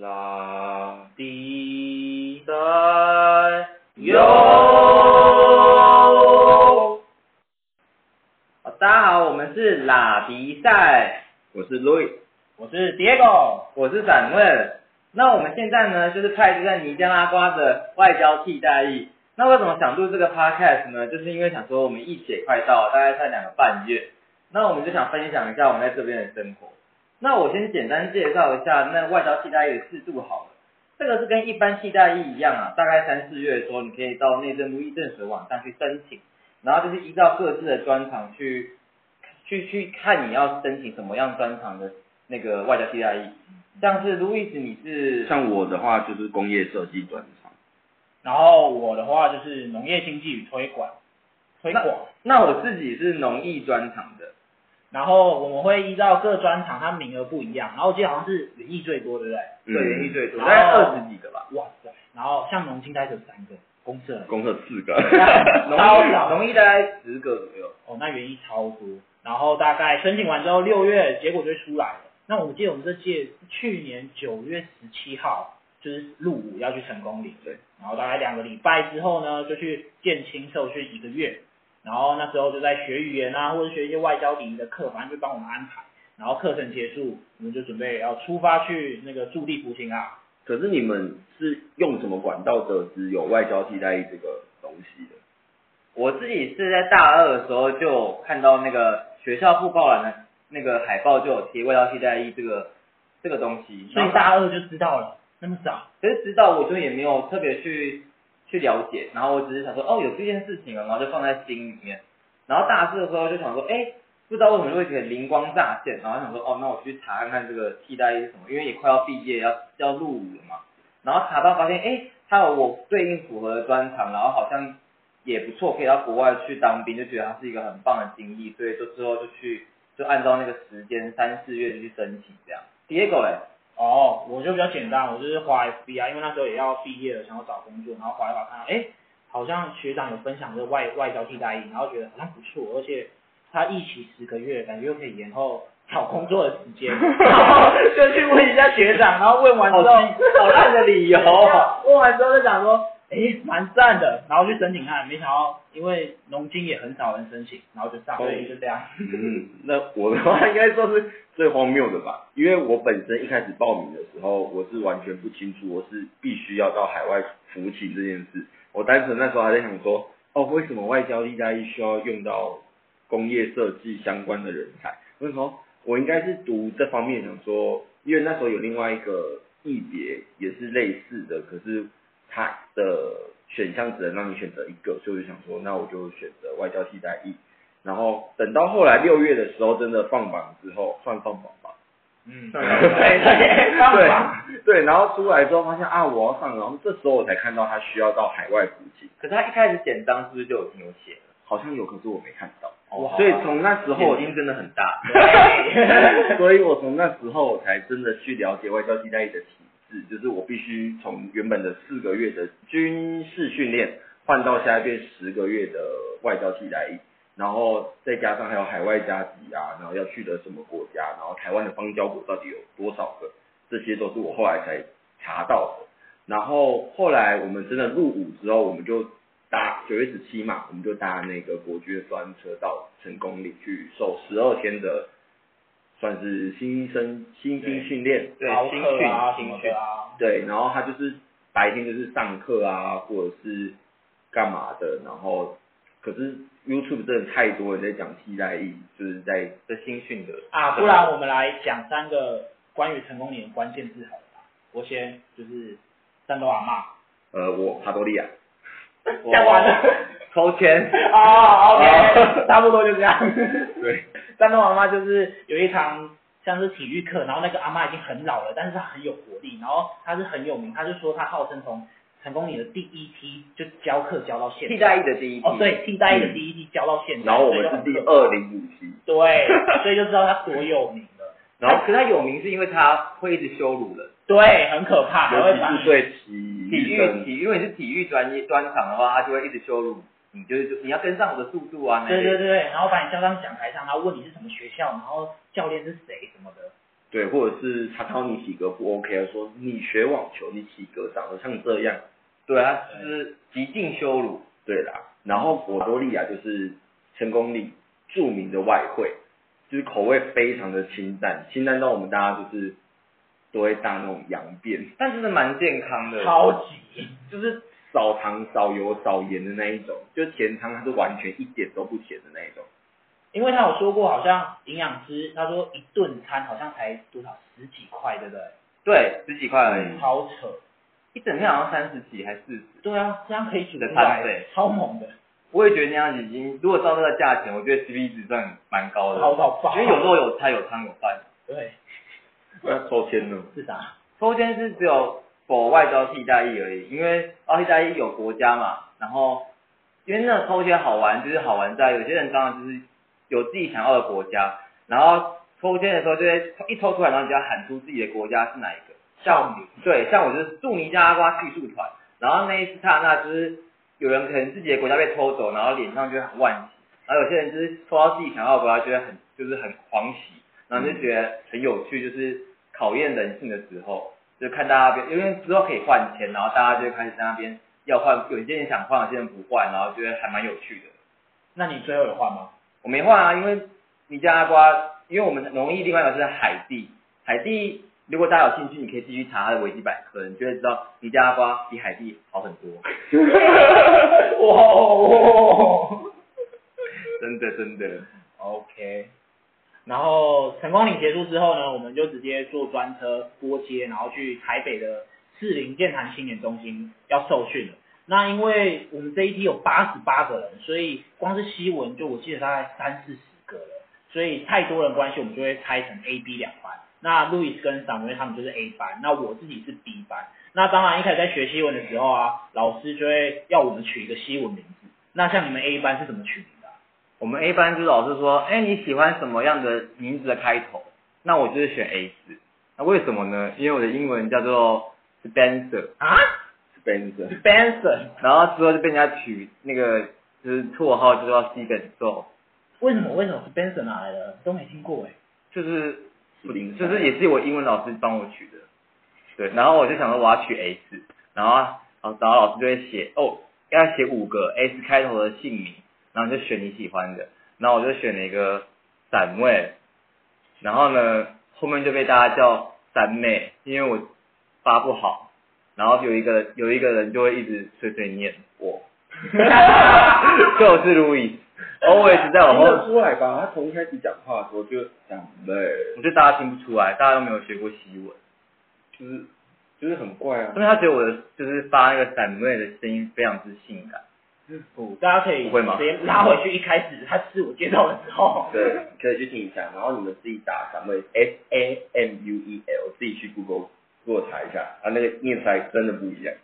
朗低三哟好大家好，我们是拉迪赛，我是 Louis，我是 Diego，我是闪问。那我们现在呢，就是派驻在尼加拉瓜的外交替代役。那为什么想录这个 podcast 呢？就是因为想说我们一起也快到了，大概才两个半月，那我们就想分享一下我们在这边的生活。那我先简单介绍一下那外交替代役的制度好了。这个是跟一般替代役一样啊，大概三四月的时候，你可以到内政部议政署网站去申请，然后就是依照各自的专长去去去看你要申请什么样专长的那个外交替代役。像是路易斯，你是像我的话就是工业设计专长，然后我的话就是农业经济与推广，推广。那我自己是农艺专长的，然后我们会依照各专场它名额不一样，然后我记得好像是园艺最多，对不对？嗯对，园艺最多，大然概后二十几个 吧。哇塞！然后像农经大概只有三个，公社公社 四个，农超艺少农艺大概十个左右。哦，那园艺超多。然后大概申请完之后，六月结果就会出来了。那我记得我们这届去年九月十七号就是入伍要去成功岭，对，然后大概两个礼拜之后呢，就去建青受训一个月，然后那时候就在学语言啊，或者学一些外交礼仪的课，反正就帮我们安排。然后课程结束，我们就准备要出发去那个驻地服刑啊。可是你们是用什么管道得知有外交替代役这个东西的？我自己是在大二的时候就有看到那个学校部报栏的那个海报就有贴外交替代役这个这个东西，所以大二就知道了，那么早。可是直到我就也没有特别去去了解，然后我只是想说哦有这件事情了，然后就放在心里面。然后大四的时候就想说，哎，不知道为什么就会觉得灵光乍现，然后想说哦那我去查看看这个替代役是什么，因为也快要毕业要要入伍了嘛。然后查到发现，哎，它有我对应符合的专长，然后好像也不错，可以到国外去当兵，就觉得它是一个很棒的经历，所以就之后就去就按照那个时间三四月就去申请这样。Diego 嘞，哦，我就比较简单，我就是滑 FB 啊，因为那时候也要毕业了，想要找工作，然后滑一滑看到，哎、好像学长有分享这个外外交替代役，然后觉得好像不错，而且他一期十个月，感觉又可以延后找工作的时 间，然后就去问一下学长，然后问完之好后，啊好烂的理由哦。问完之后就想说，哎、蛮赞的，然后去申请看，没想到因为农经也很少人申请，然后就上，所以就这样。嗯， 那我的话应该说是最荒谬的吧，因为我本身一开始报名的时候，我是完全不清楚我是必须要到海外服勤这件事。我单纯那时候还在想说，哦，为什么外交替代役需要用到工业设计相关的人才？那时候我应该是读这方面，想说，因为那时候有另外一个异别也是类似的，可是它的选项只能让你选择一个，所以我就想说，那我就选择外交替代役。然后等到后来六月的时候，真的放榜之后，算放榜吧。嗯，对 对，放榜。 对对，然后出来之后发现啊，我要上，然后这时候我才看到他需要到海外补给，可是他一开始简章是不是就有听有写了？好像有，可是我没看到。哦所以从那时候眼，睛真的很 大。 所以我从那时候我才真的去了解外交替代役的体制，就是我必须从原本的四个月的军事训练换到现在变十个月的外交替代役，然后再加上还有海外加急啊，然后要去的什么国家，然后台湾的邦交国到底有多少个，这些都是我后来才查到的。然后后来我们真的入伍之后，我们就搭九月十七嘛，我们就搭那个国军的专车到成功里去受十二天的算是新生新兵训练，对逃新课啊训什么新训的啊。对，然后他就是白天就是上课啊，或者是干嘛的，然后可是 YouTube 真的太多人在讲替代役，就是在的新训的啊，不然我们来讲三个关于成功里的关键字好了吧。我先就是战斗阿 妈。呃我帕多利亚，讲完了抽签， 哦，OK，差不多就这样。对， 战斗阿妈就是有一堂像是体育课，然后那个阿妈已经很老了，但是她很有活力，然后她是很有名，她就说她号称从成功里的第一梯就教课教到现在。替代役的第一批哦，对，替代役的第一梯教到现在。嗯然后我们所以是就第很可二零五期， 对，所以就知道她多有名了。然后可是他有名是因为他会一直羞辱人。对，很可怕，还尤会其把你是对体体育育生，体，如果你是体育专业专场的话，他就会一直羞辱你，就是你要跟上我的速度啊。那对些对对，对然后把你叫上讲台上，然后问你是什么学校，然后教练是谁什么的，对，或者是他教你几个不 OK，说你学网球你几个长得像这样，对啊，他就是极尽羞辱。对啦。然后果多利亚就是成功里著名的外汇，就是口味非常的清淡，清淡到我们大家就是都会搭那种洋便，但真的蛮健康的，超级，就是少糖少油少盐的那一种，就甜汤它是完全一点都不甜的那一种。因为他有说过，好像营养师他说一顿餐好像才多少十几块，对不对？对，十几块而已，超扯。一整天好像三十几还是四十。对啊，这样可以煮的出餐来费，超猛的，我也觉得那样已经，如果照这个价钱，我觉得 CP 值算蛮高的，好到爆。因为有肉有菜有汤有饭。对，那抽签呢？是啥？抽签是只有否外交替代役而已，因为奥替代役有国家嘛，然后因为那个抽签好玩，就是好玩在有些人当然就是有自己想要的国家，然后抽签的时候就会一抽出来，然后你就要喊出自己的国家是哪一个。少女，对，像我就是驻尼加拉瓜技术团，然后那一刹那就是有人可能自己的国家被抽走，然后脸上就会很惋惜，然后有些人就是抽到自己想要的国家，就会很就是很狂喜，然后就觉得很有趣，就是考验人性的时候， 就看大家变，因为之后可以换钱，然后大家就开始在那边要换，有些人想换，有些人不换，然后觉得还蛮有趣的。那你最后有换吗？我没换啊，因为尼加拉瓜，因为我们容易另外一个是海地，海地如果大家有兴趣，你可以继续查它的维基百科，你就会知道尼加拉瓜比海地好很多，哇哦真的真的。 ！OK。然后成功岭结束之后呢，我们就直接坐专车拨接，然后去台北的士林健谈青年中心要受训了。那因为我们这一批有八十八个人，所以光是西文就我记得大概三四十个了，所以太多人关系，我们就会拆成 A、B 两班。那路易斯跟尚文他们就是 A 班，那我自己是 B 班。那当然一开始在学西文的时候啊，老师就会要我们取一个西文名字。那像你们 A 班是怎么取名的啊、我们 A 班就是老师说，哎、你喜欢什么样的名字的开头？那我就是选 A 字。那为什么呢？因为我的英文叫做 Spencer，啊，Spencer， ？Benson，然后之后就被人家取那个就是绰号就叫 Steven Soul，为什么为什么是 Benson 哪来的？都没听过哎、就是是零就是也是我英文老师帮我取的，对，然后我就想说我要取 S，然后然后然后老师就会写哦，要写五个 S 开头的姓名，然后就选你喜欢的，然后我就选了一个散妹，然后呢后面就被大家叫散妹，因为我发不好，然后有一个有一个人就会一直碎碎念 我，就是路易，always 在我听后得出来吧？他从一开始讲话的时候就讲对，我觉得大家听不出来，大家都没有学过西文，就是就是很怪啊因。为他觉得我的就是发那个散妹的声音非常之性感，欸。大家可以不会吗直接拉回去一开始 他自我介绍的时候。对，可以去听一下，然后你们自己打散位 S A M U E L，自己去 Google Google 查一下，啊，那个念出来真的不一样。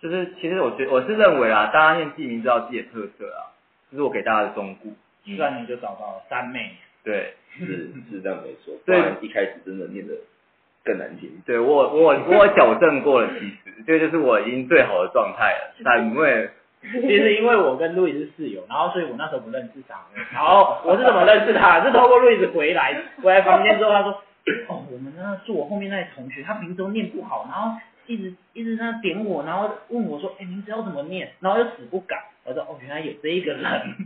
就是其实我觉我是认为啦，大家念自己名字要有自己的特色啊，这是我给大家的忠告。居然你就找到了三妹，对， 是是这样没错，不对然一开始真的念的更难听。对我有我有我有矫正过了，其实这就是我已经最好的状态了。散妹，其实因为我跟路易是室友，然后所以我那时候不认识他，然后我是怎么认识 他？是透过路易斯回来，回来房间之后他说，哦，我们那是我后面那个同学，他平时都念不好，然后一直一直在那点我，然后问我说，哎、名字要怎么念？然后又死不改，我说哦，原来有这一个人，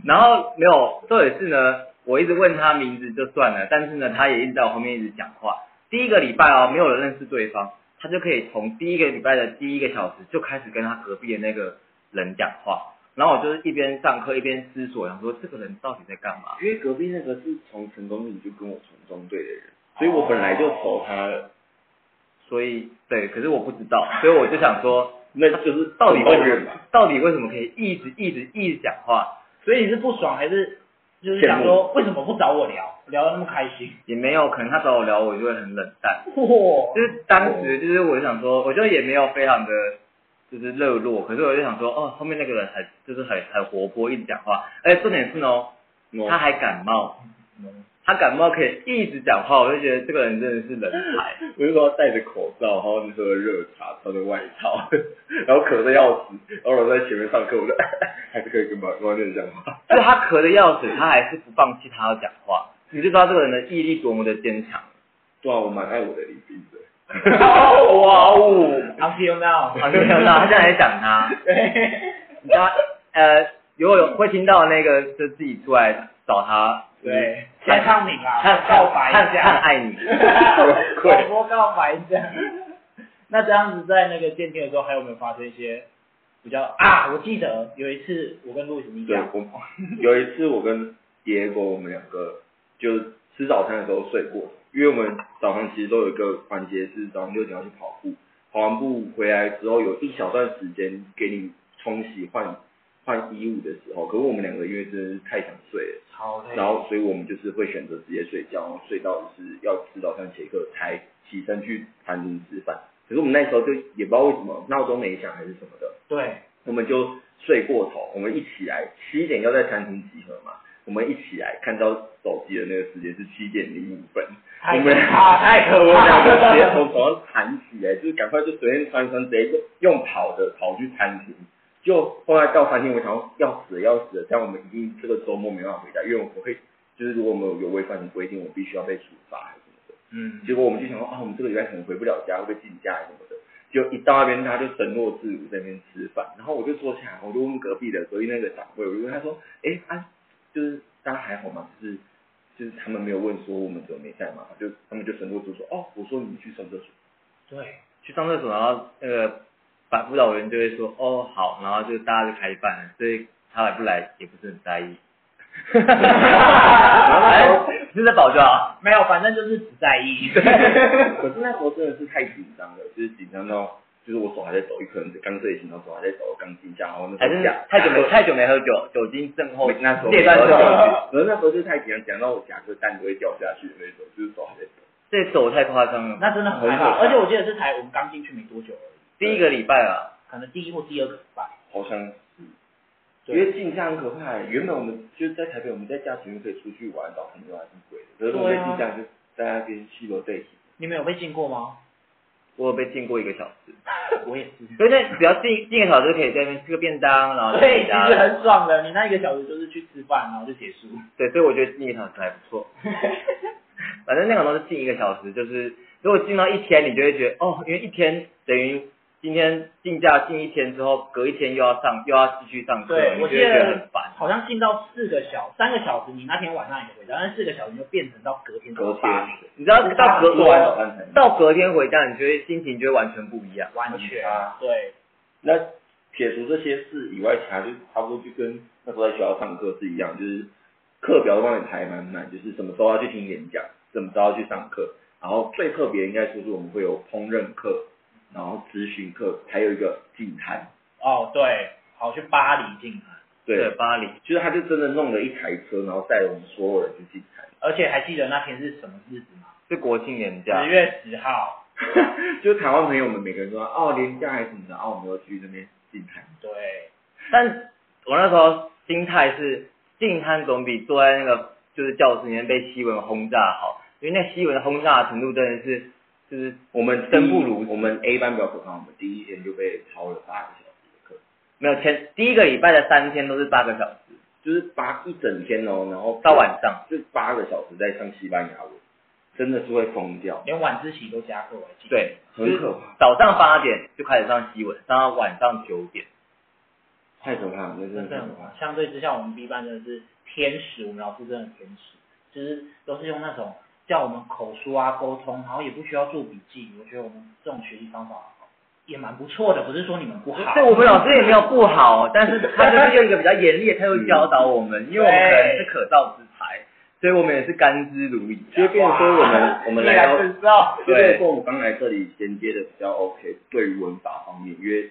然后没有，重点是呢，我一直问他名字就算了，但是呢，他也一直在我后面一直讲话。第一个礼拜哦，没有人认识对方，他就可以从第一个礼拜的第一个小时就开始跟他隔壁的那个人讲话。然后我就是一边上课一边思索，想说这个人到底在干嘛？因为隔壁那个是从成功岭就跟我从中队的人，所以我本来就熟他嗯了，所以对，可是我不知道，所以我就想说，那就是到底为抱什怨么吧。，到底为什么可以一直一直一直讲话？所以你是不爽还是就是想说为什么不找我聊，聊得那么开心？也没有，可能他找我聊，我就会很冷淡。哇、就是当时就是我就想说，我就也没有非常的就是热络，可是我就想说，哦，后面那个人很就是很很活泼，一直讲话，而且重点是呢，他还感冒，他感冒可以一直讲话，我就觉得这个人真的是人 才。 我就说戴着口罩，然后喝热茶，穿着外套， 然后咳的要死，然后我在前面上课，我就 还是可以跟猫猫念讲话。就是他 咳的要死，他还是不放弃，他要讲话，你就知道这个人的毅力多么的坚强。对啊，我蛮爱我的李斌的。 哇哦！ Until now，好，你没有到，他现在在讲他。 你知道，呃，如果有会听到那个，就自己出来找他。对，先唱名啦，看告白看一看下，爱 你。广播告白一下。那这样子在那个鉴定的时候，还有没有发生一些比较啊？我记得有一次我跟路易斯一对样，，我有一次我跟野狗我们两个就吃早餐的时候睡过，因为我们早上其实都有一个环节是早上六点要去跑步，跑完步回来之后有一小段时间给你冲洗换换衣物的时候，可是我们两个因为真的是太想睡了， 超累然后所以我们就是会选择直接睡觉，然后睡到就是要吃早餐前一刻才起身去餐厅吃饭。可是我们那时候就也不知道为什么闹钟没响还是什么的，对，我们就睡过头，我们一起来七点要在餐厅集合嘛，我们一起来看到手机的那个时间是七点零五分，太我们可 怕太可怕我们 两个直接从床上弹起哎来，就是赶快就随便穿一穿，直接就用跑的跑去餐厅。就后来到餐厅，我想要要死了要死了，但我们一定这个周末没办法回家，因为我会就是如果我们有违反规定，我必须要被处罚还是什么的。嗯，结果我们就想说啊，我们这个礼拜可能回不了家，会被禁驾什么的。就一到那边，他就神若自如在那边吃饭，然后我就坐下来，我就问隔壁的隔壁那个长辈，我就跟他说，哎、啊，就是大家还好吗？就是就是他们没有问说我们怎么没在嘛，就他们就神若自如说，哦，我说你们去上厕所，对，去上厕所，然后那个反辅导员就会说哦好，然后就大家就开饭了，所以他来不来也不是很在意。 哎，你是在保啊教？没有，反正就是只在意。可是那时候真的是太紧张了，就是紧张到就是我手还在抖，可能刚睡醒，然后手还在抖，刚进下，然后那 还时候是太久下没太久没喝酒，酒精症候我那时候戒断症候群。可是那时候就是太紧张，讲到我夹克蛋都会掉下去的那种，就是手还在抖。这走太夸张了。那真的很害怕，而且我记得是才我们刚进去没多久而已，第一个礼拜啊，可能第一或第二个礼拜。好像是，因对为竞价很可怕、原本我们就是在台北，我们在家庭可以出去玩，找朋友还是鬼的。可是我们在竞价就大家跟西罗在一起，你们有被禁过吗？我有被禁过一个小时，我也是。所以那只要禁禁一个小时就可以在那边吃个便当，然后所以啊对其实很爽的，你那一个小时就是去吃饭，然后就结束。对，所以我觉得禁一个小时还不错。反正那种都是禁一个小时，就是如果禁到一天，你就会觉得哦，因为一天等于今天竞价禁一天之后，隔一天又要上又要继续上课，对，你我就记会觉得很得烦。好像进到四个小三个小时，你那天晚上也没回家，但四个小时就变成到隔天隔早上八点，天你知道到隔做完早餐才到隔天回家，你就会心情就会完全不一样。完全啊对，那撇除这些事以外，其他就差不多就跟那时候在学校上课是一样，就是课表都帮你排满满，就是什么时候要去听演讲，什么时候要去上课，然后最特别应该说是我们会有烹饪课，然后咨询课，还有一个进餐，哦对，好去巴黎进餐，对，巴黎就是他就真的弄了一台车，然后带我们所有人去进餐，而且还记得那天是什么日子吗？是国庆年假十，月十号， 就是台湾朋友们每个人说哦廉价还是什么的，啊我们要去那边进餐，对，但我那时候心态是进餐总比坐在那个就是教室里面被西文轰炸好，因为那西文轰炸的程度真的是就是我们生不如死我们 A 班比较可怕，我们第一天就被超了八个小时的课，没有前第一个礼拜的三天都是八个小时，就是八一整天哦，然后到晚上就八个小时在上西班牙文，真的是会疯掉。连晚自习都加课，我还记得。对，很就是可怕早上八点就开始上西文，上到晚上九点，太可怕了，那真的真太的可很怕好。。嗯相对之下，我们 B 班真的是天使，我们老师真的天使，就是都是用那种叫我们口说啊、沟通，然后也不需要做笔记。我觉得我们这种学习方法也蛮不错的，不是说你们不好。对我们老师也没有不好，但是他就是用一个比较严厉的态度教导我们，因为我们可能是可造之材，所以我们也是甘之如饴。啊就变成说我们我们来到，知道。就对是说我们刚来这里衔接的比较 OK，对于文法方面，因为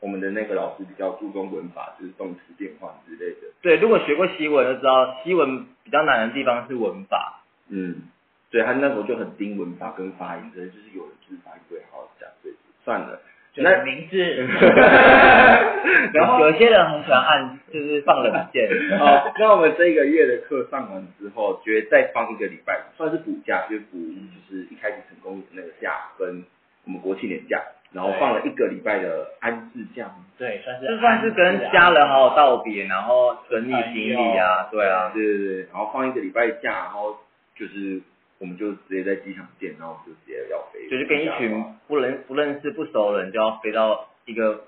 我们的那个老师比较注重文法，就是动词变换之类的。对，如果学过西文就知道，西文比较难的地方是文法。嗯，对他那时候就很盯文法跟发音，真的就是有人就是发音不会好好讲，所以算了。就是名字， 然后有些人很喜欢按，就是放冷 箭。哦好，那我们这一个月的课上完之后，觉得再放一个礼拜，算是补假，就是补就是一开始成功的那个假跟我们国庆年假，然后放了一个礼拜的安置假吗，对，算是啊这算是跟家人好哦好道别，然后整理行李啊，对啊，对对对，然后放一个礼拜假，然后就是我我们就直接在机场见，然后我们就直接要飞，就是跟一群不认不认识不熟的人就要飞到一个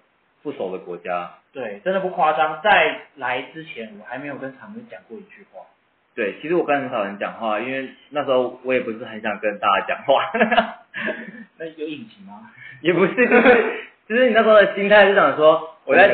不熟的国家。对，真的不夸张，在来之前我还没有跟厂员讲过一句话。对，其实我跟很少人讲话，因为那时候我也不是很想跟大家讲话， 那有隐情吗？ 也不是，就是就是你那时候的心态是想说，我在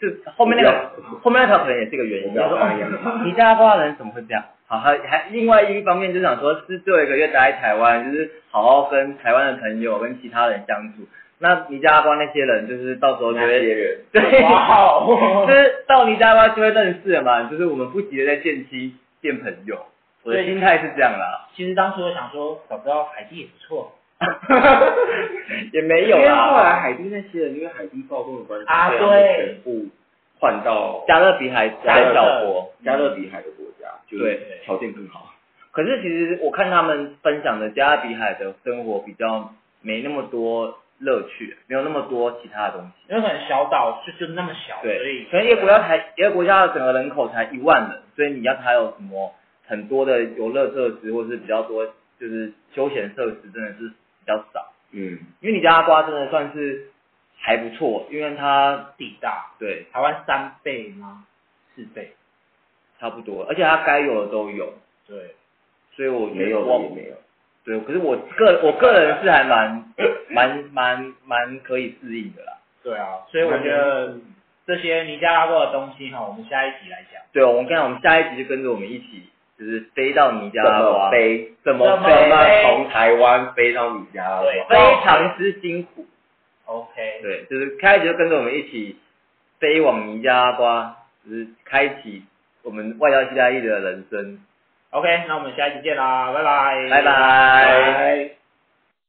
就后面那个后面那条可能也是一个原因，就是说哦，你加拿大人怎么会这样？好，还还另外一方面就想说，是最后一个月待在台湾，就是好好跟台湾的朋友跟其他人相处。那尼加拉瓜那些人，就是到时候就那些会人。对，哇哦就是到尼加拉瓜就会认识了嘛，就是我们不急着在见妻见朋友，我的对心态是这样 啦， 其实当时我想说，找不到海地也不错。也没因 有为后来啦，海地那些人，因为海地暴动的关系，啊所以他们对全部换到加勒比海加勒海小国，加勒比海的国家，就是对条件更好。可是其实我看他们分享的加勒比海的生活比较没那么多乐趣，没有那么多其他的东西。因为可能小岛就就那么小，所对以，可能一个国家才一个国家的整个人口才一万人，所以你要它有什么很多的游乐设施，或是比较多就是休闲设施，真的是比较少。嗯，因为你加拉瓜真的算是还不错，因为它地大，对台湾三倍吗？四倍？差不多，而且它该有的都有，对，所以我觉没得有我的也没有。对，可是我个我个人是还蛮蛮蛮蛮可以适应的啦。对啊，所以我觉得这些尼加拉瓜的东西哈，我们下一集来讲。对，哦我们看我们下一集就跟着我们一起，就是飞到尼加怎拉么瓜，飞？怎么么怎飞，么从台湾飞到你家？对非常之辛苦。 OK，对，就是开始就跟着我们一起飞往尼加拉瓜，就是开启我们外交意大利的人生。 ，OK，那我们下一集见啦，拜拜，拜拜。拜。